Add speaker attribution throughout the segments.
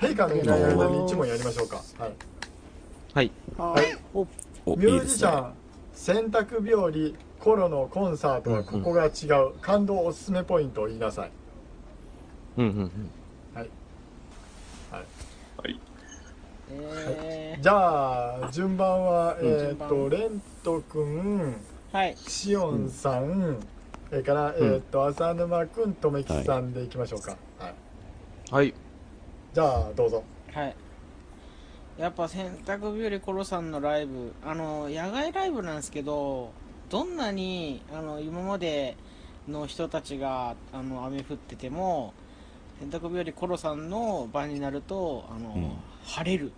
Speaker 1: 間いない間に1問やりましょうか。はい。
Speaker 2: はい。
Speaker 1: はい。
Speaker 3: お
Speaker 1: ミュ
Speaker 3: いい
Speaker 1: ー
Speaker 3: で
Speaker 1: ジ
Speaker 3: す
Speaker 1: シ
Speaker 3: ね
Speaker 1: ャン、選択日和、コロのコンサートはここが違う。感動おすすめポイントを言いなさい。
Speaker 2: うんうんうん。
Speaker 4: はい。
Speaker 5: え
Speaker 1: じゃあ、順番は、
Speaker 4: うん
Speaker 1: えーっと、
Speaker 5: 順番
Speaker 1: レント君、
Speaker 5: ー、はい。
Speaker 1: シオンさん、それから、え
Speaker 2: ん
Speaker 1: ーっと、浅沼君、とめきさんでいきましょうか。はい。
Speaker 2: はい。
Speaker 1: じゃあ、どうぞ。
Speaker 5: はい。やっぱ洗濯日和コロさんのライブ、あの、野外ライブなんですけど、どんなに、あの、今までの人たちが、あの、雨降ってても、洗濯日和コロさんの場になると、あの、
Speaker 3: うん
Speaker 5: 晴れる。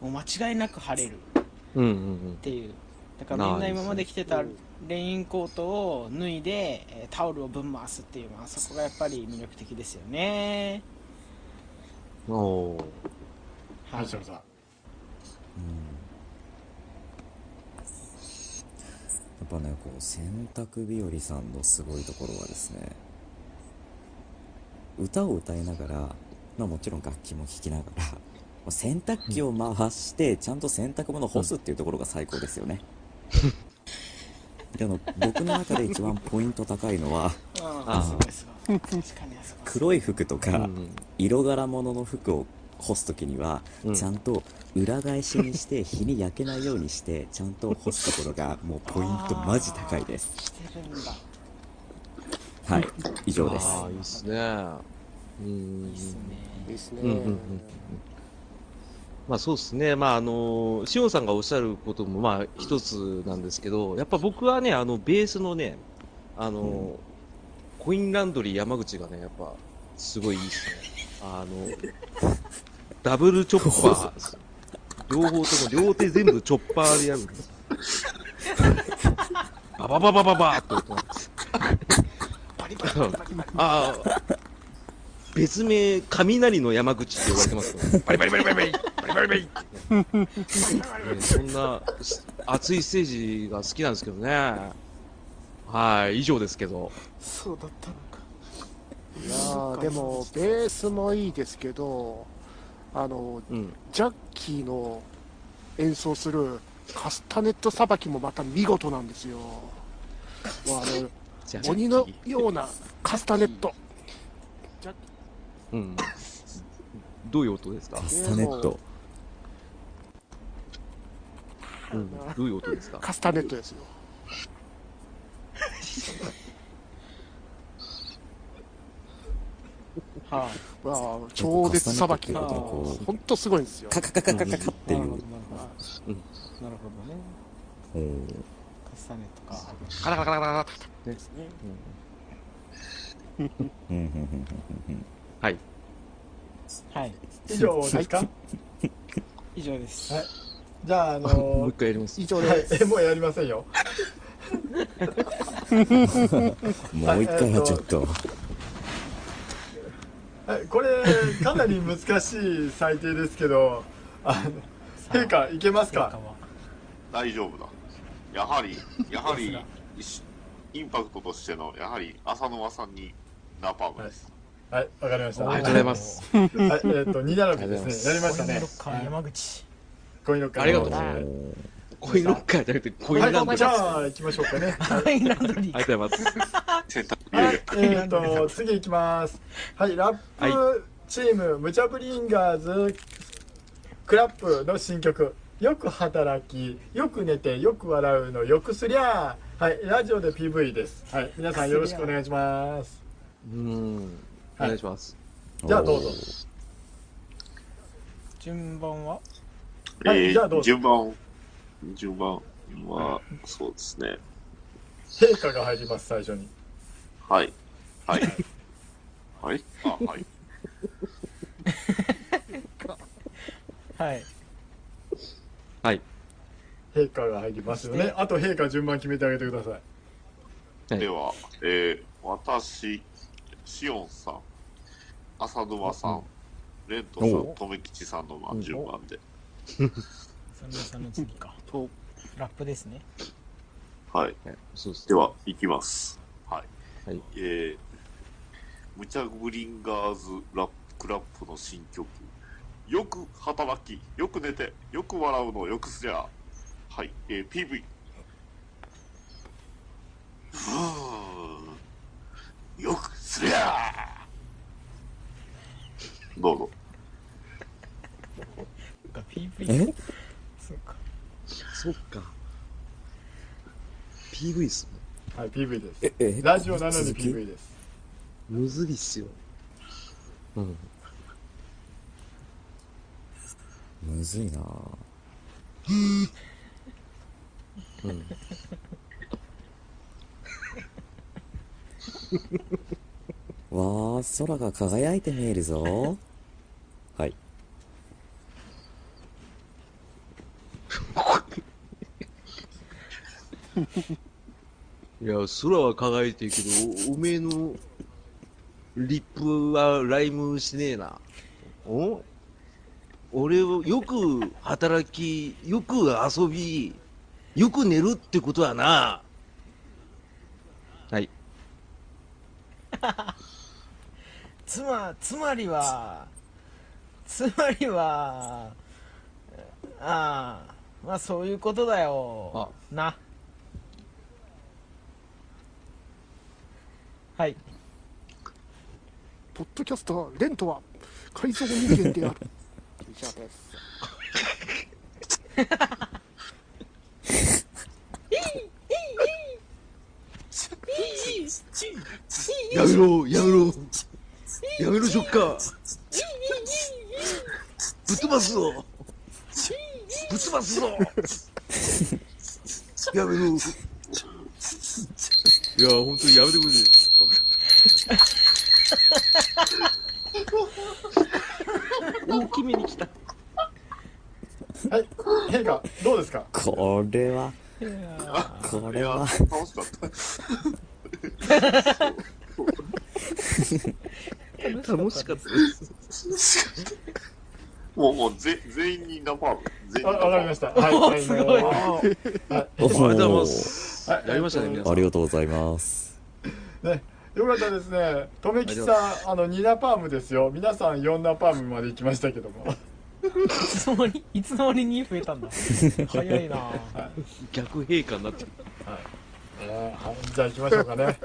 Speaker 5: もう間違いなく晴れるっ
Speaker 2: うんうんうん。
Speaker 5: ていう。だからみん
Speaker 2: ナ
Speaker 5: な
Speaker 2: イス
Speaker 5: 今まで着てたレインコートを脱いで、えータオルをぶん回すっていう、まあそこがやっぱり魅力的ですよね。
Speaker 2: おー。
Speaker 5: は
Speaker 1: はいい、シ。オンさん。
Speaker 3: やっぱねこう洗濯日和さんのすごいところはですね歌を歌いながら、まあ、もちろん楽器も聴きながら まあ洗濯機を回してちゃんと洗濯物を干すっていうところが最高ですよね、であの僕の中で一番ポイント高いのは
Speaker 5: あ
Speaker 2: あ
Speaker 5: すごいすごい。確かにあそこ。
Speaker 3: 黒い服と
Speaker 2: うんう
Speaker 3: か
Speaker 2: ん
Speaker 3: 色柄物の服を干す時には
Speaker 2: うん
Speaker 3: ちゃんと裏返しにして日に焼けないようにしてちゃんと干すところがもうポイントマジ高いです
Speaker 5: してるんだ。
Speaker 3: はい、以上です。
Speaker 2: ああ、いいっすね。うん
Speaker 5: いいっすね。
Speaker 6: いいですね。
Speaker 2: うんうんうんうんまあそうですね。まああの、しおんさんがおっしゃることもまあ一つなんですけど、やっぱ僕はね、あの、ベースのね、あの、コインランドリー山口がね、やっぱ、すごいいいっすね。あの、ダブルチョッパー。両方とも両手全部チョッパーでやるんです。ババババババーって音なんです。ああ、別名、雷の山口って言われてますからね
Speaker 4: バリバリバリバリバリバリバリバリ
Speaker 2: ねそんなす熱いステージが好きなんですけどね。はい、以上ですけど。
Speaker 5: そうだったのか。
Speaker 6: いやーでも、ベースもいいですけど、あの、
Speaker 2: うん。
Speaker 6: ジャッキーの演奏するカスタネットさばきもまた見事なんですよ。もうあの
Speaker 2: じゃあ
Speaker 6: 鬼のようなカスタネット。
Speaker 2: うん。どういう音ですか
Speaker 3: カ、スタネット。
Speaker 2: うん、どういう音ですか
Speaker 6: カスタネッ トですよ。
Speaker 5: は
Speaker 6: わあ、超絶さばきが、
Speaker 3: カスタネットっていうことはこう
Speaker 6: ほんとすごいんですよ。
Speaker 3: カカカカカカカって
Speaker 5: い。
Speaker 3: いう
Speaker 5: なるほど、。なるほど。なるほどね。
Speaker 3: うん
Speaker 5: カスタネットか。
Speaker 4: カラカラカラカラ
Speaker 3: うんうんうんうん
Speaker 2: はい。
Speaker 5: はい。
Speaker 1: 以上ですか、
Speaker 5: 以上です。
Speaker 1: はいじゃあ、あの
Speaker 2: も う
Speaker 1: ー
Speaker 2: 一回やります。
Speaker 6: 以上
Speaker 1: はい
Speaker 6: です。
Speaker 1: え、もうやりませんよ。
Speaker 3: うんもう一回はちょっと。
Speaker 1: はいこれ、かなり難しい採定ですけど、あの、陛下、いけますか
Speaker 7: 大丈夫だ。やは り、やはり、一インパクトとしての、やはり浅沼さんにナパームです。
Speaker 1: はい、わかりました。
Speaker 2: ありがとうございます。
Speaker 1: はい、えっ、と、2並びですね。やりま
Speaker 5: コ
Speaker 1: した
Speaker 5: イン
Speaker 1: ね
Speaker 5: ロ。ッカー山口。
Speaker 1: コインロッカー。
Speaker 2: ありがとうござい
Speaker 1: は
Speaker 2: ま
Speaker 1: い
Speaker 2: す。コインロッカーじゃなくてコインランドリ
Speaker 1: はい、じ
Speaker 2: ー。
Speaker 1: ゃあ、行きましょうかね。
Speaker 5: コインランドリ
Speaker 2: ありがとうございます。
Speaker 7: 選択日
Speaker 1: は
Speaker 7: 和
Speaker 1: い、え っ、と、次行きます。はい、ラップチーム、ムチャブリンガーズ、クラップの新曲、よく働き、よく寝て、よく笑うの、よくすりゃー。はい、ラジオで PV です。はい、皆さんよろしくお願いします。
Speaker 2: うん。お願いします。
Speaker 1: じゃあ、どうぞ。
Speaker 5: 順番は
Speaker 1: は
Speaker 7: え
Speaker 1: いじゃあどう
Speaker 7: ー、
Speaker 1: ぞ
Speaker 7: 順番、順番は、そうですね。
Speaker 1: 陛下が入ります、最初に。
Speaker 7: はい。 はい。はいあ、はい。
Speaker 5: はい。
Speaker 2: はい。
Speaker 1: 陛下が入りますよね。あと、陛下順番決めてあげてください。
Speaker 7: では、えー、私、しおんさん、浅沼さん、レントさ
Speaker 3: お
Speaker 7: ん、とめきちさんのまあ順番で。
Speaker 5: サンドさんの次か。
Speaker 7: と
Speaker 5: ラップですね。
Speaker 7: はい。
Speaker 2: そうです
Speaker 7: では、いきます。はい。
Speaker 2: はい
Speaker 7: えー、ムチャブリンガーズラップクラップの新曲、よく働き、よく寝て、よく笑うのをよくすりゃ、はい、えー、PV。ふぅ、よくすりゃどうぞ。
Speaker 3: え
Speaker 1: そうか
Speaker 2: そっか。PV っすね。
Speaker 1: はい、PV です。
Speaker 3: ええ
Speaker 1: ラジオなのに
Speaker 3: 続き
Speaker 1: PV です。
Speaker 2: むずいっすよ。うん。
Speaker 3: むずいなぁ
Speaker 2: うん。
Speaker 3: わー空が輝いて見えるぞはい
Speaker 2: いや、空は輝いてるけど、おおめえのリップはライムしねえな。お俺をよく働き、よく遊び、よく寝るってことはな。はい。
Speaker 5: つまつまりはつまりはああまあそういうことだよなはい
Speaker 6: ポッドキャストはレントは改造人 間である以上です
Speaker 2: やめろ、やめろ。やめろ、ショッカー。ぶっ飛ばすぞ。ぶっ飛ばすぞ。やめろ。いや、本当にやめてくれ。大きめに来た。
Speaker 1: はい、陛下、どうです か
Speaker 3: これはこれは
Speaker 7: 楽しかった。
Speaker 2: 楽しかったです。
Speaker 7: もう、もう、ぜ全員にナパーム。全員
Speaker 1: わ
Speaker 7: にナパーム
Speaker 1: わかりました。はい、 はい、
Speaker 5: すごい
Speaker 1: あのー
Speaker 3: お
Speaker 2: ありがとうございま
Speaker 3: ー
Speaker 2: す。やりましたね、皆さ
Speaker 3: あ
Speaker 2: ん。
Speaker 3: りがとうございます
Speaker 1: ね、よかったですね。とめきさん、あの、2ナパームですよ。皆さん4ナパームまで行きましたけども。
Speaker 5: いつの間に いつの間にに増えた んだ早いな
Speaker 2: 逆陛下になってる。
Speaker 1: えーはいじゃあ行きましょうかね。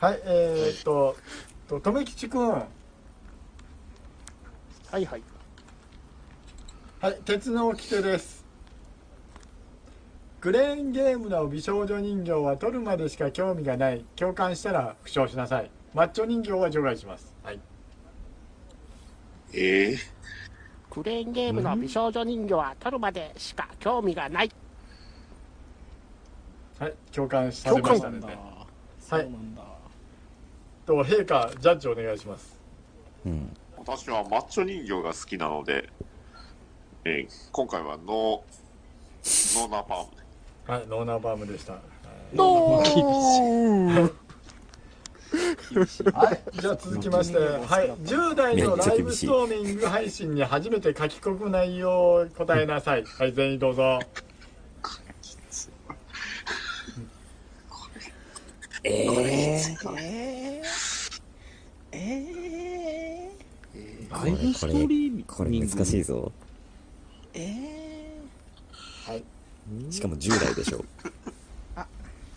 Speaker 1: はい、えー、っと、ととめきちくん。は
Speaker 6: はいはい
Speaker 1: い、鉄の掟です。クレーンゲームの美少女人形は取るまでしか興味がない。共感したら負傷しなさい。マッチョ人形は除外します。はい。
Speaker 7: ええ
Speaker 6: クレーンゲームの美少女人形は取るまでしか興味がない
Speaker 1: はい、共感されましたね。
Speaker 5: そうなんだ
Speaker 1: と、陛下、ジャッジお願いします。
Speaker 3: うん
Speaker 7: 私はマッチョ人形が好きなので、えー今回はノー、ノーナパームで。
Speaker 1: はい、ノーナーバームでした。は
Speaker 6: ど
Speaker 1: い、じゃあ続きまして、はい、10代のライブストーミング配信に初めて書き込む内容を答えなさい。はい、全員どうぞ。
Speaker 3: えー
Speaker 5: えー、えー、
Speaker 2: ライブストーリー
Speaker 3: これ難しいぞ
Speaker 5: えー、
Speaker 3: しかも10代でしょ
Speaker 2: あ、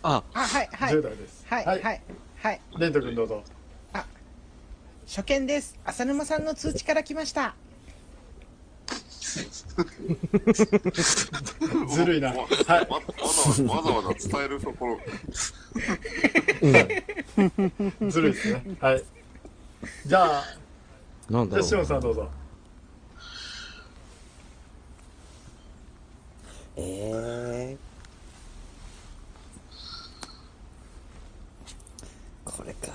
Speaker 5: あはいはい
Speaker 1: 10代です。
Speaker 5: はい
Speaker 1: は
Speaker 5: はいいはい、はい、
Speaker 1: レント君どうぞ。
Speaker 5: 初見です浅沼さんの通知から来ました
Speaker 1: ずるいな
Speaker 7: わわ
Speaker 1: はい
Speaker 7: わざわざわざわざ伝えるところ、
Speaker 1: ずるいですね。はい。じゃあ、
Speaker 2: なん
Speaker 1: じ
Speaker 2: だ
Speaker 1: ゃあ、
Speaker 2: ろ
Speaker 1: しおん
Speaker 2: う。
Speaker 1: さんどうぞ。
Speaker 3: えーこれか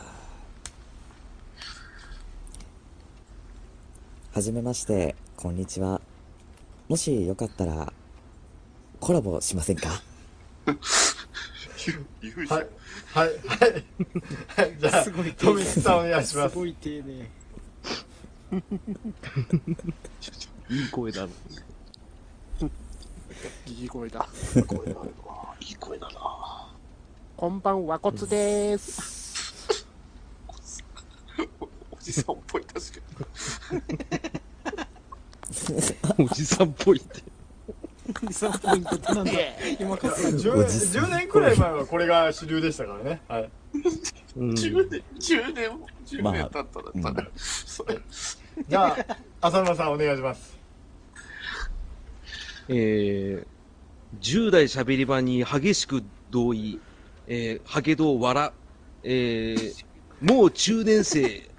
Speaker 3: はじめましてこんにちはもしよかったらコラボしませんか
Speaker 7: 理不
Speaker 1: はい。
Speaker 7: 尽
Speaker 1: はい。はい。はい、じゃあ、とめきさんお願いします。
Speaker 5: ごい丁寧
Speaker 2: いい声だな。
Speaker 6: いい声だ
Speaker 7: 声だないい声だな。
Speaker 6: こんばんはこつです
Speaker 7: おじさんっぽい、確かに。
Speaker 2: おじさんっぽいって。
Speaker 5: そのポイントってなんだ今かす
Speaker 1: 10,
Speaker 3: おじさん
Speaker 1: 10年くらい前はこれが主流でしたからね、はい、
Speaker 2: うん
Speaker 7: 10年、10年も、10年経ったら、
Speaker 3: まあ
Speaker 7: ただそれ、
Speaker 1: じゃあ浅沼さんお願いします
Speaker 2: えー、10代喋り場に激しく同意、えー、ハゲドウ笑、えー、もう中年生、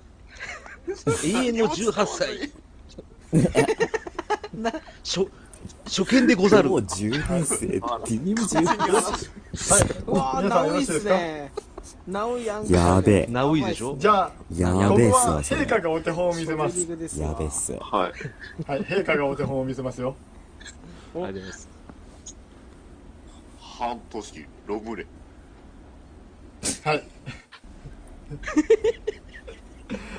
Speaker 2: 永遠の18歳、 初初見でござる
Speaker 3: もう、10年生って意味も10
Speaker 7: 全然話し
Speaker 5: うわ
Speaker 1: 皆さん
Speaker 5: ーな
Speaker 1: よ
Speaker 5: お
Speaker 1: ろ
Speaker 5: い
Speaker 1: し
Speaker 5: い
Speaker 1: い
Speaker 5: っ
Speaker 1: です
Speaker 5: す
Speaker 1: か
Speaker 5: ねなおやんか
Speaker 3: やべえ
Speaker 2: なおいでしょ
Speaker 1: じゃあ
Speaker 3: や
Speaker 1: こ
Speaker 3: べえっ
Speaker 1: こ
Speaker 3: すわ
Speaker 1: は
Speaker 3: それ
Speaker 1: 陛下がお手本を見せま
Speaker 5: ショ
Speaker 1: す
Speaker 5: ベリグです
Speaker 3: や
Speaker 5: わ
Speaker 3: べえっすわ
Speaker 7: はい。
Speaker 1: はい陛下がお手本を見せますよ
Speaker 2: ありがとうございます。
Speaker 7: 半年、ロムレ。
Speaker 1: はい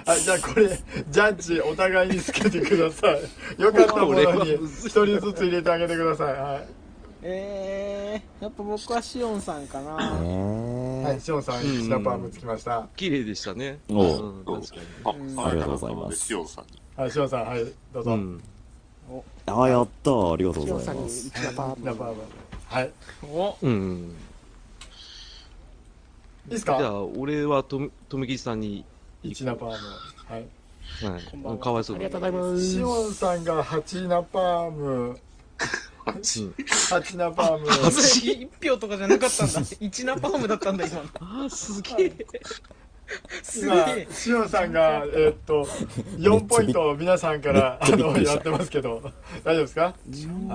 Speaker 1: はい、じゃあこれ、ジャッジお互いにつけてください。よかったもの
Speaker 2: こ
Speaker 1: に
Speaker 2: れはむず
Speaker 1: 一
Speaker 2: い
Speaker 1: 人ずつ入れてあげてください。はい
Speaker 5: えー、やっぱ僕はシオンさんか
Speaker 3: え
Speaker 5: な
Speaker 1: は
Speaker 3: ー
Speaker 1: い、シオンさん、シナパームつきました。
Speaker 2: 綺麗でしたね。
Speaker 3: お
Speaker 2: うん、確かに。
Speaker 5: う
Speaker 7: あ、
Speaker 5: ん
Speaker 3: ありがとうございます
Speaker 7: シオンさんに。
Speaker 1: はい、シオンさん、はい、どうぞ。
Speaker 2: うん、
Speaker 3: あやったーありがとう
Speaker 6: キヨ
Speaker 3: ござ
Speaker 6: さ
Speaker 3: い
Speaker 6: ん
Speaker 3: ま
Speaker 6: に
Speaker 3: す
Speaker 6: 一ナパー
Speaker 1: シナパーム。はい。
Speaker 5: お
Speaker 2: うん。
Speaker 1: いいです
Speaker 2: じゃ
Speaker 1: か
Speaker 2: あ、俺はとめ、とめきちさんに、
Speaker 1: 一ナパーム。はい。
Speaker 2: はい、
Speaker 5: こんば
Speaker 2: も
Speaker 5: ん
Speaker 2: う
Speaker 5: は
Speaker 2: かわいそう
Speaker 6: あ
Speaker 2: だ
Speaker 6: りがとうございます。
Speaker 1: シオンさんが八ナパーム、
Speaker 2: うん
Speaker 1: 八ナパーム。
Speaker 5: 1票とかじゃなかったんだ1ナパームだったんだ今の
Speaker 2: あー、すげえ。
Speaker 5: すげ
Speaker 1: 今
Speaker 5: え、
Speaker 1: シオンさんが、えーっと、4ポイントを皆さんから、あ
Speaker 3: めっちゃびっ
Speaker 1: の、
Speaker 3: くりした
Speaker 1: やってますけど、大丈夫ですかは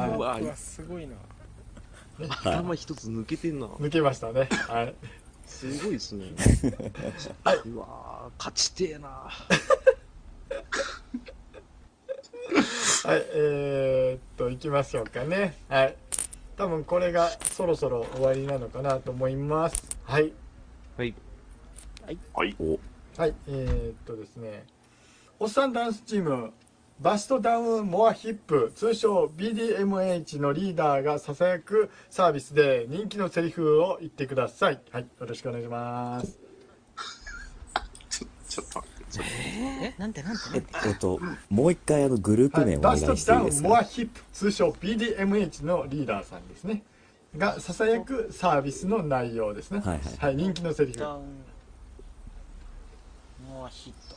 Speaker 1: いう
Speaker 2: わ
Speaker 5: うわすごいな
Speaker 2: 頭一つ抜けてんな。
Speaker 1: 抜けましたね。はい。
Speaker 2: すごい ですね。うわー勝ちてえな。
Speaker 1: はい、えー、っと、行きましょうかね。はい。多分これがそろそろ終わりなのかなと思います。はい。
Speaker 2: はい。
Speaker 7: はい。
Speaker 3: お
Speaker 1: はい、えー、っとですね。おっさんダンスチーム、バストダウンモアヒップ、通称 BDMH のリーダーがささやくサービスで人気のセリフを言ってください。はい、よろしくお願いします。
Speaker 7: ちょっと待って、ちょっ
Speaker 5: えなんてなんて
Speaker 3: えっともう一回あのグルー
Speaker 1: は
Speaker 3: プ名
Speaker 1: い、
Speaker 3: をお願
Speaker 1: バ
Speaker 3: い
Speaker 1: スト
Speaker 3: して
Speaker 1: ダ
Speaker 3: いい
Speaker 1: ウ
Speaker 3: です
Speaker 1: ンモア
Speaker 3: か
Speaker 1: ヒップ、通称 BDMH のリーダーさんですね。がささやくサービスの内容ですね。
Speaker 3: はいはい
Speaker 1: はい、人気のセリフ。
Speaker 5: ダ
Speaker 1: は
Speaker 5: ウンモアヒット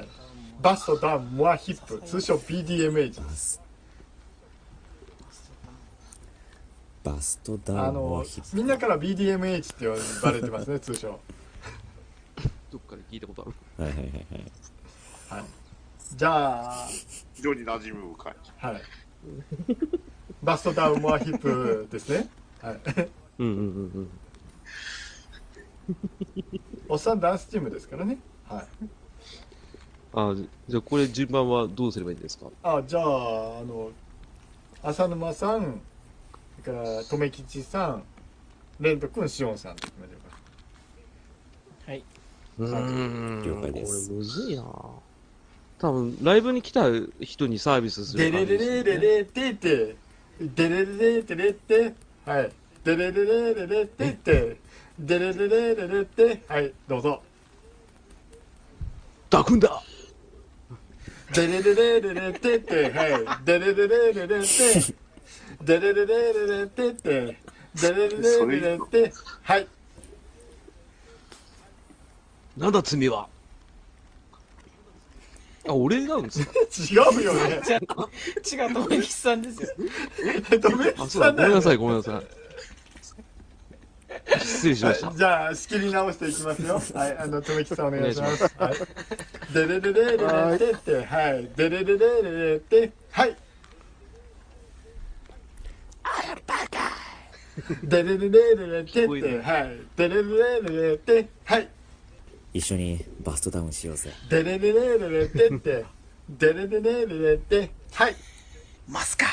Speaker 1: い。バストダウンモアヒップ、通称 BDMH。
Speaker 3: バスバストダ
Speaker 1: あ
Speaker 3: ウンは
Speaker 1: の
Speaker 3: ヒップ
Speaker 1: みんなから BDMH って呼ばれてますね通 称
Speaker 2: どっかで聞いたことある。
Speaker 3: はいはいはいはい
Speaker 1: じゃあ
Speaker 7: と非常に馴染み深い。
Speaker 1: はいバストダウンモアヒップですねはい
Speaker 2: うんうんうんうん。
Speaker 1: おっさんダンスチームですからねはい
Speaker 2: あー、じゃあこれ順番はどうすればいいんですか
Speaker 1: あじゃああの浅沼さんそれから留吉さん蓮人君しおんさんって決めてるか
Speaker 5: はい
Speaker 2: うん
Speaker 3: 了解です
Speaker 2: これむずいな。多分、ライブに来た人にサービスす
Speaker 1: らデレ
Speaker 2: る感じ
Speaker 1: レ
Speaker 2: です
Speaker 1: レ
Speaker 2: よね、
Speaker 1: レレテテデレレレテレテはいデレレレレレテテデレレレレレテはいどうぞ
Speaker 2: ダクンだ
Speaker 1: デレレレレレテテはいデレレレレレテデレレレレレテテデレレレレレテはい
Speaker 2: なんだ罪はあ、俺なんですか
Speaker 1: 違うよね
Speaker 5: 違う、とめきさんですよ。
Speaker 1: ドメ
Speaker 2: あ、
Speaker 1: キ
Speaker 2: そう
Speaker 1: さ
Speaker 2: だ。
Speaker 1: ん
Speaker 2: ごめんなさ
Speaker 1: い
Speaker 2: い、ごめんなさい。失礼しました。
Speaker 1: じゃあ仕切り直していきますよはいあのとめきさんお願いしますはいデレレレレレテテはいデレレレレレテはいデレレレレレテテはいデレレレレレテはい
Speaker 3: 一緒にバストダウンしようぜ
Speaker 1: デレレレレレテって、デレレレレレテ、はい。
Speaker 5: マスカ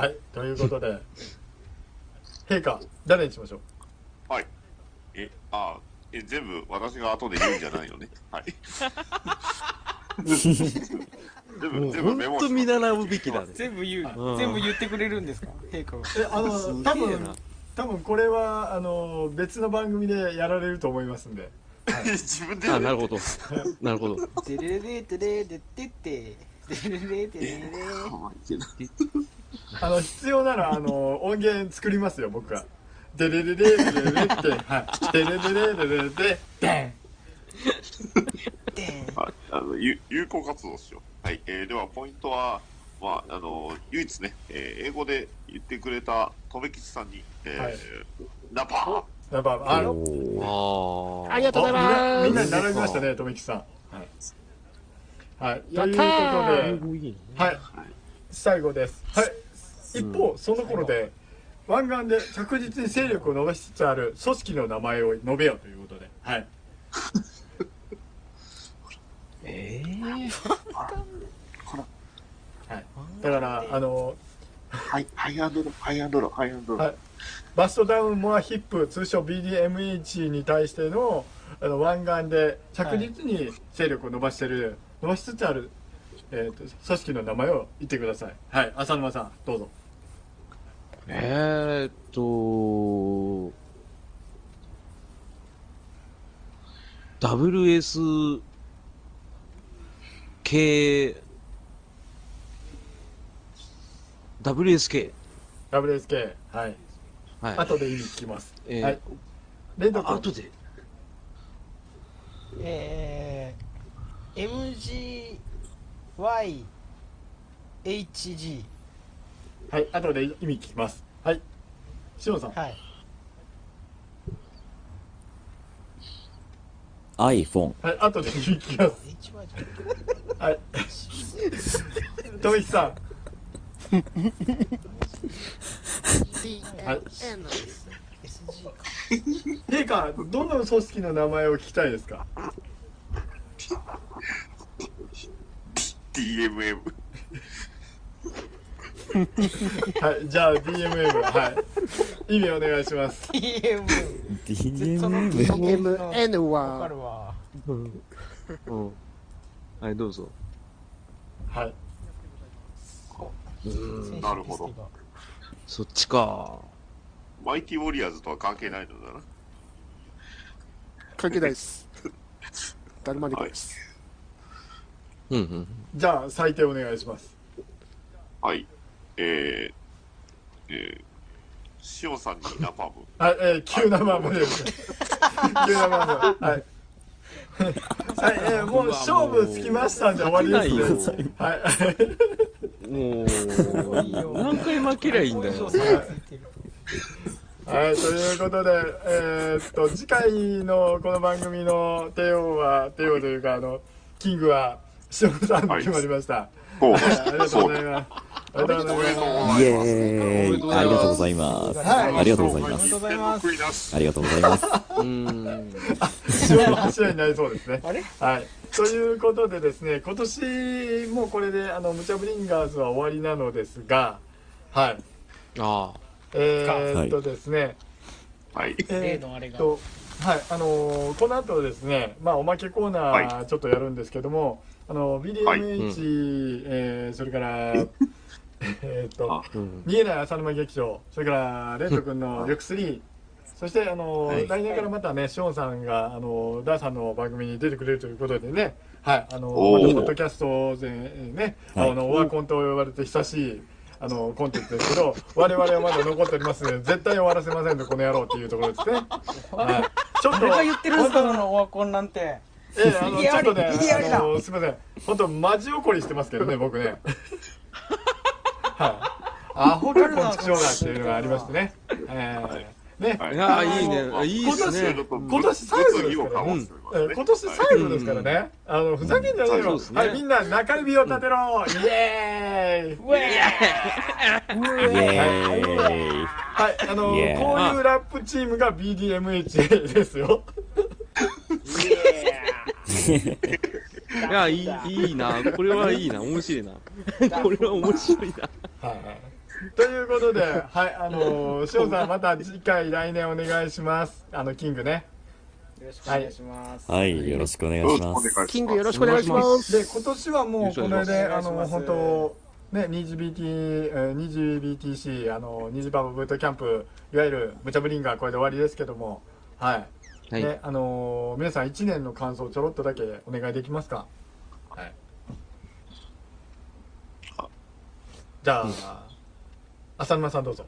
Speaker 1: はい、ということで、陛下、誰にしましょう
Speaker 7: はい。え、あ、え、全部私が後で言うんじゃないよね。 はい。全
Speaker 2: も
Speaker 7: 部、
Speaker 2: う
Speaker 7: 全部メ
Speaker 2: 本
Speaker 7: モ
Speaker 2: 当見
Speaker 7: して。
Speaker 2: 習うべきだね。
Speaker 5: 全部言
Speaker 2: う
Speaker 5: う、
Speaker 2: ん
Speaker 5: 全部言ってくれるんですか陛下は。
Speaker 1: え、あ
Speaker 2: すげえ
Speaker 1: の、
Speaker 2: な
Speaker 1: 多分、多分これは、あの、別の番組でやられると思いますんで。
Speaker 7: 自分で。
Speaker 2: あ、なるほど。なるほど。
Speaker 5: てれれてれでてって。てるれてるれ
Speaker 7: 甘いけど。
Speaker 1: あの、必要なら、あの、音源作りますよ、僕が。でれれれれれれって、はい。でれれれれれれで、でん
Speaker 5: てん
Speaker 7: ああの有有効活動しよう。はい、えーではポイントは、まあ、あの唯一ね、えー英語で言ってくれた留吉さんに、えー
Speaker 1: はい
Speaker 7: ナパ
Speaker 1: やっぱ、あの、
Speaker 2: あー
Speaker 6: ありがとうござい
Speaker 1: あみんなみんなに
Speaker 6: ます。
Speaker 1: 並びましたね、とめきさん。はい。はい。というこ
Speaker 6: や
Speaker 1: とで、はい。最後です。はい。一方、その頃で、湾岸で着実に勢力を伸ばしつつある組織の名前を述べよということで、はい。
Speaker 2: えー
Speaker 1: だから、あの、
Speaker 7: ーハイハイアンドロー、ハイアンドロー、ハイアンドロー。
Speaker 1: はいバストダウンモアヒップ通称 BDMH に対してのあの湾岸で着実に勢力を伸ばしてる、伸ばしつつある、えー、と組織の名前を言ってくださいはい浅沼さんどうぞ
Speaker 2: えーっと、WS 系、WSK。
Speaker 1: WSK はい
Speaker 2: はい。
Speaker 1: 後で意味聞きます、
Speaker 2: えー
Speaker 1: はいレンド
Speaker 2: あ
Speaker 1: 君
Speaker 2: 後で。
Speaker 5: えー、MGYHG
Speaker 1: はい後で意味聞きますはいしおんさん
Speaker 5: はい
Speaker 3: iPhone。
Speaker 1: はい後で意味聞きます
Speaker 5: HY じゃない
Speaker 1: は い富木さんはい
Speaker 5: SG か
Speaker 1: 陛下どの組織の名前を聞きたいですか
Speaker 7: DMM。
Speaker 1: はい、じゃあ DMM、はい。意味お願いします。
Speaker 5: DM
Speaker 3: DMM。
Speaker 6: MN
Speaker 5: わか
Speaker 6: は
Speaker 5: るわ
Speaker 2: うん。うんはい、どうぞ。
Speaker 1: はい。
Speaker 5: 選手
Speaker 7: なるほど
Speaker 5: リストが
Speaker 2: そっちか。
Speaker 7: マイティウォリアーズとは関係ないのだな。
Speaker 6: 関係ないです。ダルマニコです。
Speaker 2: うんうん。
Speaker 1: じゃあ、最低お願いします。
Speaker 7: はい。えー、えー、シオンさんにナパーム。
Speaker 1: はい、えー、急なままです。急なまま。はい。はい、えー、もう勝負つきましたんで終わりですね。はい。
Speaker 2: も
Speaker 5: いいよ
Speaker 2: う、何回負けりゃいいんだよ
Speaker 5: 大。将さんがついてる
Speaker 1: はい、ということで、えーっと、次回のこの番組の帝王は、帝王というか、あの、キングは、しおさんと決まりました。
Speaker 7: そうで
Speaker 1: はい、ありがとうご ざい
Speaker 7: す。
Speaker 1: ます。ありがとうございます。
Speaker 3: イエーイ。ありがとうございます。ありがとうございま。
Speaker 5: おめですとうございます
Speaker 3: ありがとうございます。
Speaker 2: うん。
Speaker 1: 塩の柱になりそうですね。
Speaker 5: あれ
Speaker 1: はい。ということでですね、今年もこれで、あの、ムチャブリンガーズは終わりなのですが、はい。
Speaker 2: ああ。
Speaker 1: えー、っとですね、
Speaker 7: はい。
Speaker 5: 例
Speaker 1: え
Speaker 5: のあれ
Speaker 1: ーっ
Speaker 5: が
Speaker 1: と、はい、あのーこの後ですね、まあ、おまけコーナーちょっとやるんですけども、あの、BDMH、
Speaker 7: はい
Speaker 1: えーそれから、 えーっと
Speaker 7: あ、
Speaker 2: うん。
Speaker 1: 逃げない浅沼劇場、それから、レント君の緑3、そして、あの、
Speaker 7: はい
Speaker 1: 来年からまたね、ショーンさんが、あの、ダーさんの番組に出てくれるということでね、はい、あの、
Speaker 7: おー
Speaker 1: またポッドキャストでね、
Speaker 3: はい
Speaker 1: あの、オワコンと呼ばれて久しい、あの、コンテンツですけど、我々はまだ残っておりますので、絶対終わらせませんと、この野郎っていうところですね。はい。ちょっと、
Speaker 5: 誰が言ってるんですかそ
Speaker 1: 本
Speaker 5: のオワコンなんて
Speaker 1: 当ええあの、
Speaker 5: い
Speaker 1: ち
Speaker 5: や
Speaker 1: ょっとね
Speaker 5: いやい、や
Speaker 1: あの、すみません。本当マジ怒りしてますけどね、僕 ね。はい。アホかこんちくしょうがっていうのがありましてね。ええね。
Speaker 7: はいい
Speaker 2: やー、いいね。いいっすね。
Speaker 1: 今年最後ですからね
Speaker 7: 物議を醸してますね
Speaker 1: えー今年最後ですからね、あのふざけんじゃねえ
Speaker 2: そう
Speaker 1: よ、
Speaker 2: ですね
Speaker 1: はい、みんな中指を立てろ、イエーイ
Speaker 5: ウェー
Speaker 3: イエーイ。
Speaker 1: はいあの
Speaker 3: イエーイ
Speaker 1: こういうラップチームが BDMH ですよ
Speaker 2: いや、いい、いいな。これはいいな。面白いな。 これは面白いな。
Speaker 1: はいということではいあのしおんさんまた次回来年お願いしますあのキングね
Speaker 5: イよろしくお願いします
Speaker 3: はい、よろしくお願
Speaker 7: よろ
Speaker 3: い
Speaker 7: し
Speaker 3: し
Speaker 7: くお
Speaker 3: ま
Speaker 7: 願いし
Speaker 3: す。
Speaker 7: ます。
Speaker 6: キングよろしくお願いします。
Speaker 1: で今年はもうこれで
Speaker 5: よ
Speaker 1: あ
Speaker 5: ろしくお願
Speaker 1: の
Speaker 5: いします
Speaker 1: 本当ね 20BT えー 20BTC あの20パパブートキャンプいわゆるムチャブリンガーこれで終わりですけどもはい
Speaker 2: はい。
Speaker 1: ね、あのー皆さん1年の感想ちょろっとだけお願いできますかじゃあ、浅沼さんどうぞ。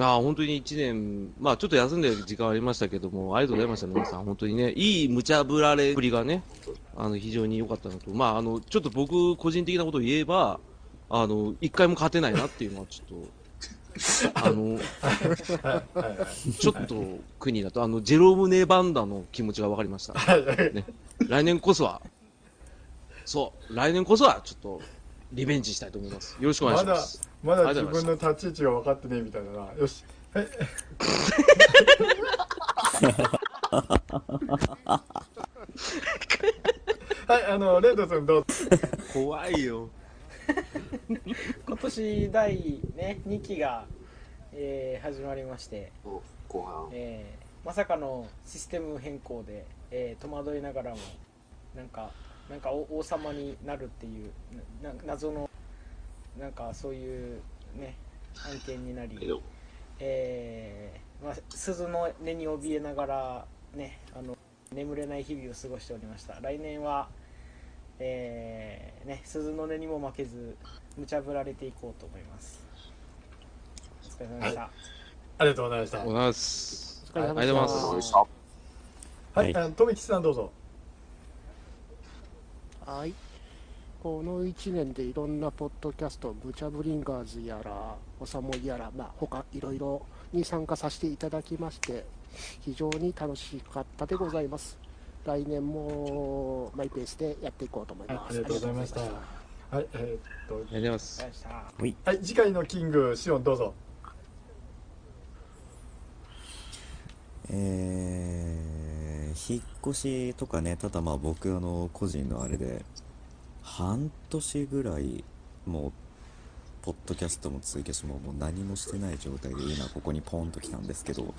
Speaker 2: ああ、本当に1年、まあちょっと休んでる時間ありましたけども、ありがとうございました、皆さん。本当にね、いい無茶ぶられぶりがね、あの、非常に良かったなと。まああの、ちょっと僕、個人的なことを言えば、あの、一回も勝てないなっていうのは、ちょ っと、あ
Speaker 1: は
Speaker 2: の、
Speaker 1: い、はい、はい。
Speaker 2: ちょっと国だと、あの、ジェロム・ネバンダの気持ちが分かりました。ね、来年こそは、そう、来年こそは、ちょっと、リベンジしたいと思います。よろしくお
Speaker 1: ま
Speaker 2: 願いしま
Speaker 1: だ
Speaker 2: す。、
Speaker 1: まだ自分の立ち位置が分かってねえみたいだな。よし。はい。はい、あの、レッドさんどうぞ。
Speaker 2: 怖いよ。
Speaker 5: 今年第、ね、2期が、えー始まりまして、
Speaker 7: 後半。
Speaker 5: えーまさかのシステム変更で、えー戸惑いながらもなんかなんかお王様になるっていうなな謎のなんかそういうね案件になり
Speaker 7: け、ど、
Speaker 5: えーまあ、鈴の音に怯えながらねあの眠れない日々を過ごしておりました来年は、えーね、鈴の音にも負けず無茶ぶられていこうと思いますお疲れ様でした、
Speaker 1: ありがとうございました。
Speaker 2: おはようございます。
Speaker 6: お疲れ様
Speaker 2: あ
Speaker 6: でした
Speaker 2: りがとうございます
Speaker 7: そうでした。
Speaker 1: はい、あの富吉さんどうぞ。
Speaker 6: はい。この1年でいろんなポッドキャスト、ブチャブリンガーズやら、おさもいやら、まあ、他いろいろに参加させていただきまして、非常に楽しかったでございます。来年もマイペースでやっていこうと思い
Speaker 1: はい
Speaker 6: ま
Speaker 1: あ
Speaker 6: す。
Speaker 1: りがとうございました。
Speaker 6: あ
Speaker 1: は
Speaker 6: りがとうござい
Speaker 1: い、えーっ
Speaker 2: ありがとうございます
Speaker 5: お疲。れ様でした
Speaker 1: と、はい、次回のキング、シオンどうぞ。
Speaker 3: えー、引っ越しとかね、ただまあ僕、あの、個人のあれで、半年ぐらい、もう、ポッドキャストも追加しも、もう何もしてない状態で、今ここにポンと来たんですけど、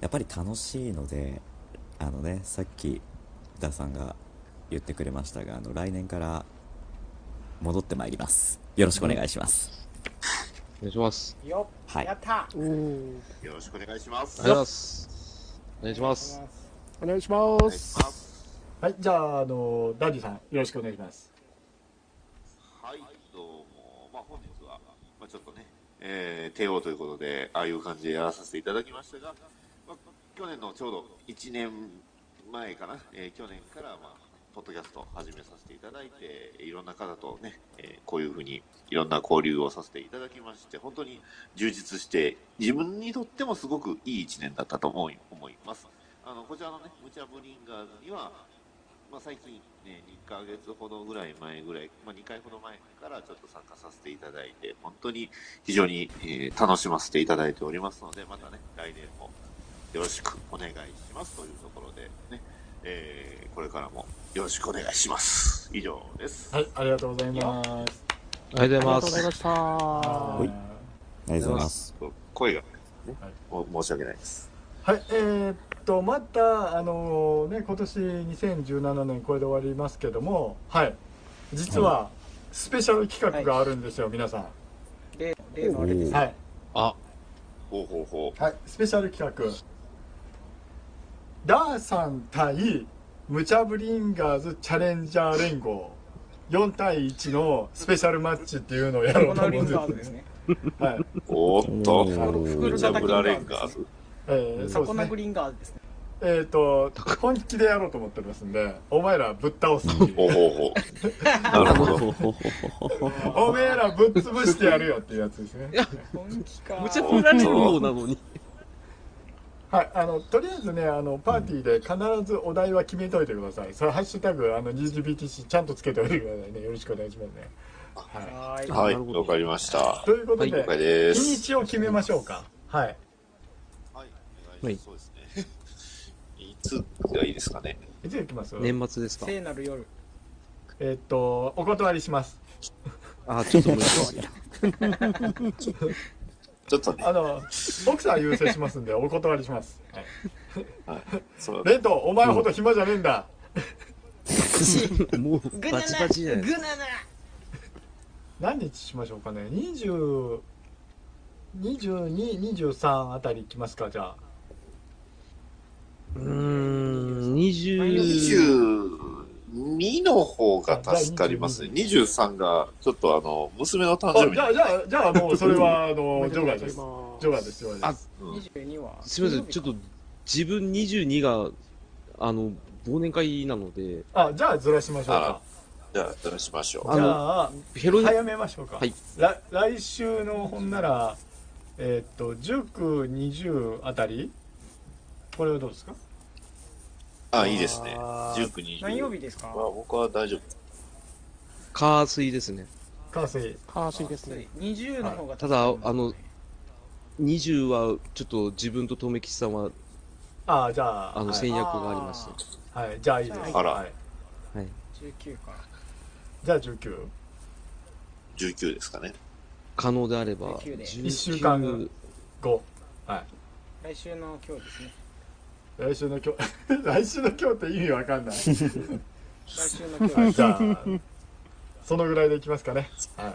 Speaker 3: やっぱり楽しいので、あのね、さっき、ダさんが言ってくれましたが、あの、来年から戻ってまいります。よろしくお願いします。
Speaker 2: お願いします。
Speaker 5: よっ、
Speaker 3: はい
Speaker 5: やった
Speaker 6: ました。うん。
Speaker 7: よろしくお願いします。
Speaker 2: ありがとうございます。お願いします。
Speaker 6: お願いします。
Speaker 1: はい、じゃあ、あの、ダディさん、よろしくお願いします。
Speaker 7: はい、どうも、まあ、本日は、まあ、ちょっとね、えー、帝王ということで、ああいう感じでやらさせていただきましたが、まあ、去年のちょうど1年前かな、えー去年から、まあ、ポッドキャストを始めさせていただいて、いろんな方とね、えーこういうふうにいろんな交流をさせていただきまして、本当に充実して、自分にとってもすごくいい1年だったと思い思います。あの、こちらのね、ムチャブリンガーズには、まあ、最近ね、2ヶ月ほどぐらい前ぐらい、まあ、2回ほど前からちょっと参加させていただいて、本当に非常に、えー楽しませていただいておりますので、またね、来年もよろしくお願いしますというところで、ね、えーこれからもよろしくお願いします。以上です。
Speaker 1: はい、ありがとうございます。
Speaker 2: ありが
Speaker 6: あり
Speaker 2: とう
Speaker 6: が
Speaker 2: ご
Speaker 6: とうご
Speaker 2: ざいま。
Speaker 6: ざいますした。
Speaker 1: は
Speaker 3: はい
Speaker 1: い
Speaker 3: ありがとうございます。
Speaker 7: 声が、ね
Speaker 1: はい
Speaker 7: も申し訳ないです。
Speaker 1: はい、えーっと、また、あのね、今年2017年、これで終わりますけども、はい、実は、スペシャル企画があるんですよ、皆さん。
Speaker 5: 例例のあれです
Speaker 1: はい、
Speaker 2: あ、
Speaker 7: ほうほうほう。
Speaker 1: はい、スペシャル企画。ダーさん対、ムチャブリンガーズチャレンジャー連合。4対1のスペシャルマッチっていうのをやろ
Speaker 5: こ
Speaker 1: うと
Speaker 5: のリ
Speaker 1: 思う
Speaker 5: ン
Speaker 1: んです
Speaker 5: ガーズですね
Speaker 1: はい。
Speaker 7: おーっと、
Speaker 5: ー
Speaker 7: めちゃぶられんが。
Speaker 1: えー、そうで
Speaker 5: こ
Speaker 1: す
Speaker 5: の
Speaker 1: ね
Speaker 5: グ。リーンガーズですね
Speaker 1: えっ、と、本気でやろうと思っておりますんで、お前らぶっ倒す。
Speaker 7: ほうほうほう。なるほど。
Speaker 1: おめえらぶっ潰してやるよっていうやつですね。
Speaker 5: 本気か
Speaker 2: むちゃくられる方なのに。
Speaker 1: はい、あの、とりあえずね、あの、パーティーで必ずお題は決めといてください。それ、ハッシュタグ、あの、GGBTC ちゃんとつけておいてくださいね。よろしくお願いしますね。は
Speaker 5: はーい
Speaker 7: はい、
Speaker 2: なるほど
Speaker 7: わかりました
Speaker 1: い。。ということで、
Speaker 7: 了解です。
Speaker 1: 日にちを決めましょうか。はい。
Speaker 7: はい、
Speaker 2: は
Speaker 7: はいい、そうですね。 いつがいいですかね。
Speaker 1: いつ行きますえ
Speaker 2: 年末ですか
Speaker 5: 聖なる夜
Speaker 1: っ、と、お断りします。
Speaker 2: あ、ちょっと無理です。
Speaker 7: ちょっとね、
Speaker 1: あの、奥さん優先しますんで、お断りします。はい、
Speaker 7: そう
Speaker 1: レント、お前ほど暇じゃねえんだ。
Speaker 2: もう、バチバチじゃないですか。
Speaker 1: 何日しましょうかね20 2223あたり行きますかじゃあ
Speaker 2: うーん、20、
Speaker 7: 22 2の方が助かりますね。23が、ちょっとあの、娘の誕生
Speaker 1: あ
Speaker 7: 日
Speaker 1: じゃあ、じゃあ、じゃあもうそれは、あの、
Speaker 6: お
Speaker 1: ジョガーです。ジョガーです、ジョガーです。
Speaker 7: うん
Speaker 5: 22は
Speaker 2: すみません、ちょっと自分22が、あの、忘年会なので、
Speaker 1: あ、じゃあずらしましょう
Speaker 7: あ
Speaker 1: か。
Speaker 7: じゃあ、どうしましょう。
Speaker 2: あ
Speaker 1: じ
Speaker 2: の
Speaker 1: ゃあ、
Speaker 2: ヘロ
Speaker 1: 早めましょうか。
Speaker 2: はい
Speaker 1: ら来週のほんなら、えーっと、19、20あたりこれはどうですか
Speaker 7: あ、いいですね。
Speaker 1: あー
Speaker 7: 19日。
Speaker 5: 何曜日ですか
Speaker 7: は僕は大丈夫。
Speaker 2: 火水ですね。
Speaker 1: 完成。
Speaker 6: 火水ですね。
Speaker 5: 20の方が
Speaker 2: ただ、あの、20はちょっと自分と留吉さんは、
Speaker 1: あ、じゃあ、
Speaker 2: あの、
Speaker 1: は
Speaker 2: 戦
Speaker 1: い、
Speaker 2: 略がありまして。
Speaker 1: はい、じゃあいいです。
Speaker 7: あら
Speaker 1: はい、
Speaker 5: 19か
Speaker 1: じゃあ19。
Speaker 7: 19ですかね。
Speaker 2: 可能であれば、
Speaker 5: 19で
Speaker 1: 一週間5。
Speaker 5: 来週の今日ですね
Speaker 1: 来週の今日、 来週の今日って意味わかんない。
Speaker 5: 来週の今日
Speaker 1: はい、じゃあ、そのぐらいでいきますかね。はい。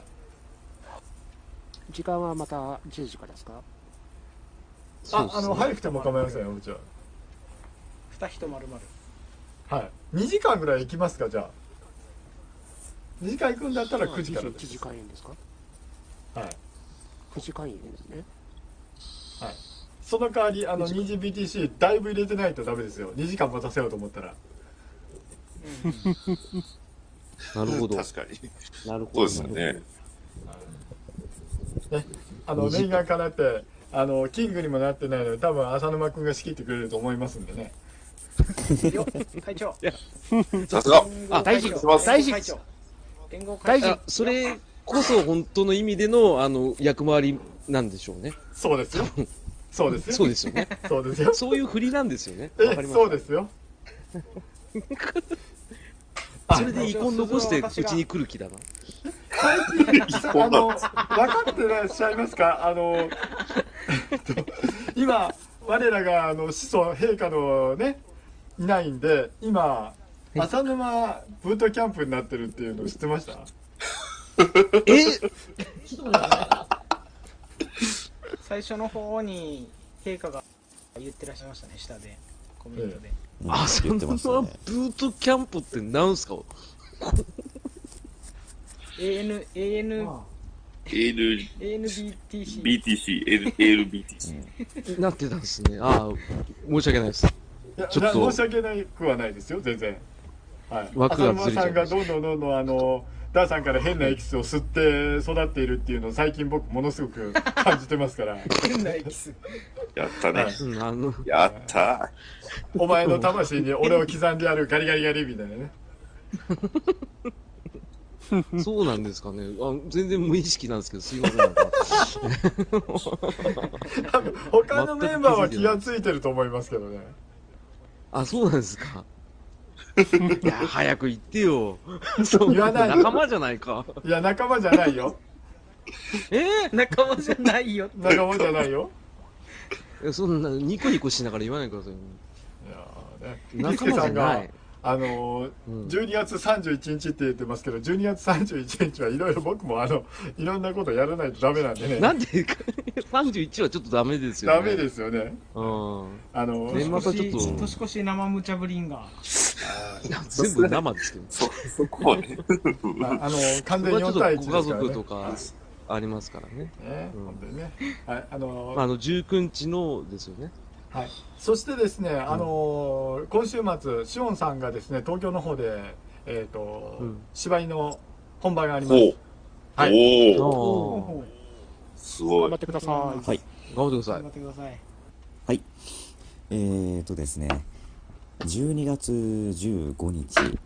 Speaker 6: 時間はまた10時からですか
Speaker 2: そう
Speaker 1: あ、
Speaker 2: です
Speaker 1: あ
Speaker 2: ね
Speaker 1: の、早くても構いませんよ、もちろん。
Speaker 5: 二人まるまる
Speaker 1: はい。2時間ぐらい行きますか、じゃあ。2時間行くんだったら9時からで
Speaker 6: 1時
Speaker 1: す。
Speaker 6: 間延ですか
Speaker 1: はい。
Speaker 6: 9時間延ですね。
Speaker 1: その代わり、あの、2時 BTC だいぶ入れてないとダメですよ。2時間待たせようと思ったら。
Speaker 2: なるほど。な
Speaker 7: 確かに。
Speaker 2: るほ
Speaker 7: そう
Speaker 2: ど。
Speaker 7: ですよ
Speaker 2: なる
Speaker 7: ね。
Speaker 1: あの、
Speaker 2: 二時間
Speaker 1: 念願かなって、あの、キングにもなってないので、多分浅沼くんが仕切ってくれると思いますんでね。
Speaker 5: よ会長
Speaker 7: さすが
Speaker 2: あ
Speaker 5: 大事
Speaker 6: 大事
Speaker 5: 会長連合
Speaker 2: ほ
Speaker 5: 会
Speaker 6: 大
Speaker 2: ど
Speaker 5: 長
Speaker 2: あそれこそ本当の意味での、あの、役回りなんでしょうね。
Speaker 1: そうですよ。そうですよ。
Speaker 2: そうですよね。
Speaker 1: そうですよ。
Speaker 2: そういう振りなんですよね。わか
Speaker 1: え、
Speaker 2: りま
Speaker 1: そう
Speaker 2: し
Speaker 1: ですよ。
Speaker 2: た。それで遺恨残して、うちに来る気だな。
Speaker 1: あの、分かってらっしゃいますかあの、えっと今、我らが、あの、始祖陛下のね、いないんで、今、浅沼ブートキャンプになってるっていうの知ってました
Speaker 2: え
Speaker 5: 最初の方に陛下が言ってらっしゃいましたね下でコメントで、
Speaker 3: うん
Speaker 2: あ、そ
Speaker 3: 言
Speaker 2: ん
Speaker 3: っ
Speaker 2: な
Speaker 3: て
Speaker 2: ブ
Speaker 3: ましたね。
Speaker 2: ートキャンプってなんすか
Speaker 5: AN AN
Speaker 7: ALBTC、
Speaker 5: ANBTC
Speaker 7: ALBTC。
Speaker 2: なってたんですね。ああ、申し訳ないです。
Speaker 1: いや
Speaker 2: ちょっと
Speaker 1: な申し訳なくはないですよ、全然。はい、
Speaker 2: 枠
Speaker 1: 浅沼
Speaker 2: がずれちゃ
Speaker 1: さ
Speaker 2: いました
Speaker 1: んがどんどんどんどん、あの、ダーさんから変なエキスを吸って育っているっていうのを最近僕ものすごく感じてます から、
Speaker 5: 変なエキス
Speaker 7: やったね。
Speaker 2: うん、あの、
Speaker 7: やった
Speaker 1: お前の魂に俺を刻んでやるガリガリガリみたいなね。
Speaker 2: そうなんですかね。あ全然無意識なんですけど、すいません。なんか
Speaker 1: 他のメンバーは気がついてると思いますけどね。
Speaker 2: あ、そうなんですか。いや、早く言ってよ。そう
Speaker 1: 言わない
Speaker 2: 仲間じゃないか。
Speaker 1: いや、仲間じゃないよ。
Speaker 2: え
Speaker 5: 仲間じゃないよ
Speaker 1: 仲間じゃないよ。
Speaker 2: ーそんな、ニコニコしながら言わないでください。
Speaker 1: いやーね、
Speaker 2: 仲間じゃな
Speaker 1: ミキテさんが
Speaker 2: い。
Speaker 1: あのー
Speaker 2: うん
Speaker 1: 12月31日って言ってますけど、12月31日はいろいろ僕もあの、いろんなことやらないとダメなんでね。
Speaker 2: なんで、31はちょっとダメですよ、ね。
Speaker 1: ダメですよね。
Speaker 2: うん。
Speaker 1: あのー
Speaker 2: 年末はちょっ
Speaker 5: 年
Speaker 2: と
Speaker 5: 越し、年越し生無茶ぶりんが
Speaker 2: 全部生ですけど。
Speaker 7: そ、そこはね。
Speaker 1: ああのー完
Speaker 2: そ
Speaker 1: 全
Speaker 2: れ
Speaker 1: に
Speaker 2: はち
Speaker 1: 4
Speaker 2: ょっと
Speaker 1: 対1で
Speaker 2: ご家
Speaker 1: すからね。
Speaker 2: 族とかありますからね。
Speaker 1: ね、
Speaker 2: うん
Speaker 1: 本当にね。はい、あのー
Speaker 2: まあ、あの、19日のですよね。
Speaker 1: はい、そしてですね、あのー今週末、シオンさんがですね、東京の方で、えっ、と、
Speaker 2: うん
Speaker 1: 芝居の本番がありま
Speaker 7: お
Speaker 1: す。
Speaker 7: お
Speaker 1: はい。
Speaker 2: ああ
Speaker 7: おー
Speaker 2: 頑
Speaker 7: すご
Speaker 6: 頑張
Speaker 7: い
Speaker 6: っ。てください。
Speaker 3: はい。
Speaker 2: 張ってください
Speaker 5: 頑張。ってください
Speaker 3: はい。えーとですね、12月15日、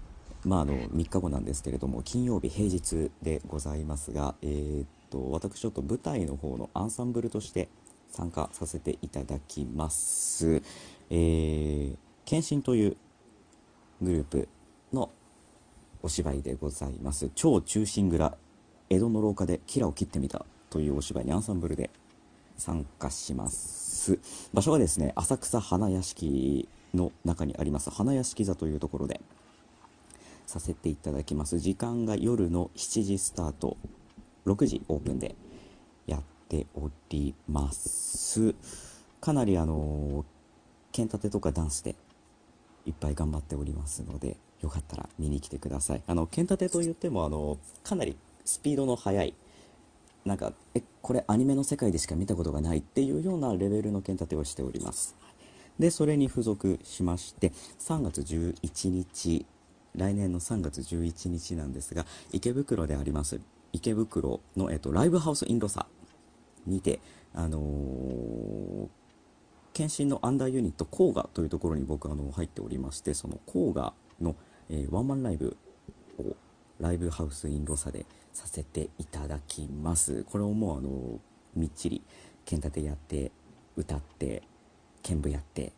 Speaker 3: まあ、あの、3日後なんですけれども、金曜日平日でございますが、えーと、私ちょっと舞台の方のアンサンブルとして参加させていただきます。えー、献身というグループのお芝居でございます。超忠臣蔵、江戸の廊下でキラを切ってみたというお芝居にアンサンブルで参加します場所はですね浅草花屋敷の中にあります花屋敷座というところでさせていただきます時間が夜の7時スタート6時オープンでやっておりますかなりあの剣立てとかダンスでいっぱい頑張っておりますのでよかったら見に来てください。あの、剣立てといっても、あの、かなりスピードの速い、なんか、え、これアニメの世界でしか見たことがないっていうようなレベルの剣立てをしております。で、それに付属しまして、3月11日、来年の3月11日なんですが、池袋であります、池袋の、えっと、ライブハウスインロサにて、あのー、検診のアンダーユニット甲賀というところに僕あの入っておりましてその甲賀の、えーワンマンライブをライブハウスインロサでさせていただきますこれをもうあのみっちり剣立てやって歌って剣舞やってっ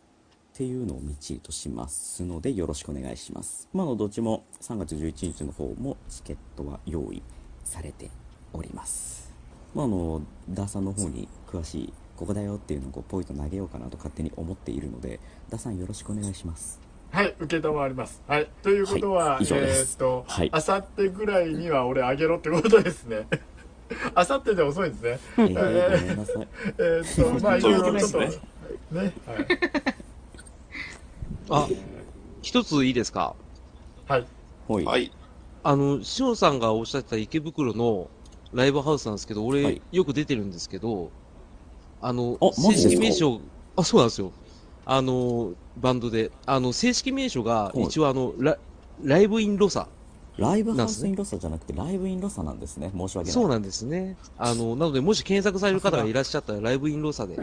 Speaker 3: ていうのをみっちりとしますのでよろしくお願いしますまああのどっちも3月11日の方もチケットは用意されておりますまあ、あのダーさんの方に詳しいここだよっていうのをこうポイと投げようかなと勝手に思っているのでダーさんよろしくお願いします
Speaker 1: はい、受けたまわります。はい。ということは、
Speaker 3: はい以上です
Speaker 1: えーっと、
Speaker 3: はい
Speaker 1: あさってぐらいには俺あげろってことですね。 あさってで遅いですね。
Speaker 3: えー、ごめんなさい
Speaker 1: えーっと、まあ、い
Speaker 7: そうい
Speaker 1: ろ
Speaker 7: う
Speaker 1: い
Speaker 7: こと
Speaker 1: ろ
Speaker 7: で
Speaker 1: ちょっ
Speaker 7: す
Speaker 1: と、ね。
Speaker 7: ね
Speaker 1: はい。
Speaker 2: あ、一ついいですか
Speaker 1: はい。
Speaker 3: ほい、
Speaker 7: はい。
Speaker 2: あの、しおんさんがおっしゃってた池袋のライブハウスなんですけど、俺、
Speaker 3: はい
Speaker 2: よく出てるんですけど、あの、
Speaker 3: あマ
Speaker 2: 正
Speaker 3: ジですか
Speaker 2: 式名称、あ、そうなんですよ。あの、バンドで。あの、正式名称が、
Speaker 3: い
Speaker 2: 一応あの、ラライブインロサ。
Speaker 3: ライブハウスインロサじゃなくてライブインロサなんですね申し訳ない
Speaker 2: そうなんですね。あの、なので、もし検索される方がいらっしゃったら、ライブインロサで、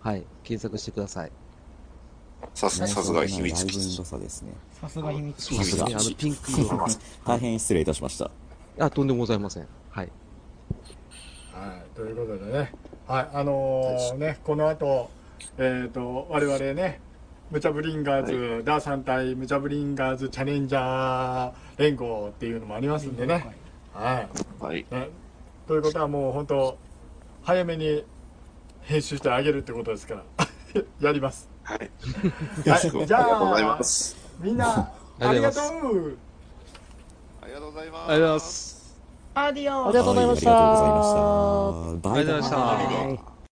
Speaker 2: はい、検索してください。
Speaker 7: さす、さすが秘
Speaker 3: ラ
Speaker 7: 密
Speaker 3: イ
Speaker 7: 基
Speaker 3: ブイン
Speaker 7: 地
Speaker 3: ロ。サですね
Speaker 5: さすが秘密
Speaker 2: そうですね。あ
Speaker 7: さす
Speaker 2: の、ピンク色の。
Speaker 3: 大変失礼いたしました
Speaker 2: あ、とんでもございません。はい。
Speaker 1: はい、ということでね、はい、あのーね、この後、えっ、と、我々ね、ムチャブリンガーズ、ダーさん対ムチャブリンガーズチャレンジャー連合っていうのもありますんでね。は
Speaker 7: はい。
Speaker 1: い。ねということはもう本当、早めに編集してあげるってことですから、 やります。
Speaker 7: はい。
Speaker 1: はい、じ
Speaker 7: ありが
Speaker 1: ゃ
Speaker 7: とうござい
Speaker 1: あ
Speaker 7: ま、す。
Speaker 1: みんな、あ
Speaker 2: あ
Speaker 1: り
Speaker 2: り
Speaker 1: が
Speaker 2: が
Speaker 1: と
Speaker 2: とう
Speaker 1: う
Speaker 7: ありがとうございます。
Speaker 2: ありがとうございます。
Speaker 5: アディオ
Speaker 6: ありがとうございました
Speaker 3: はありがとうございましたバイバイ
Speaker 2: ありがとうございました
Speaker 6: はい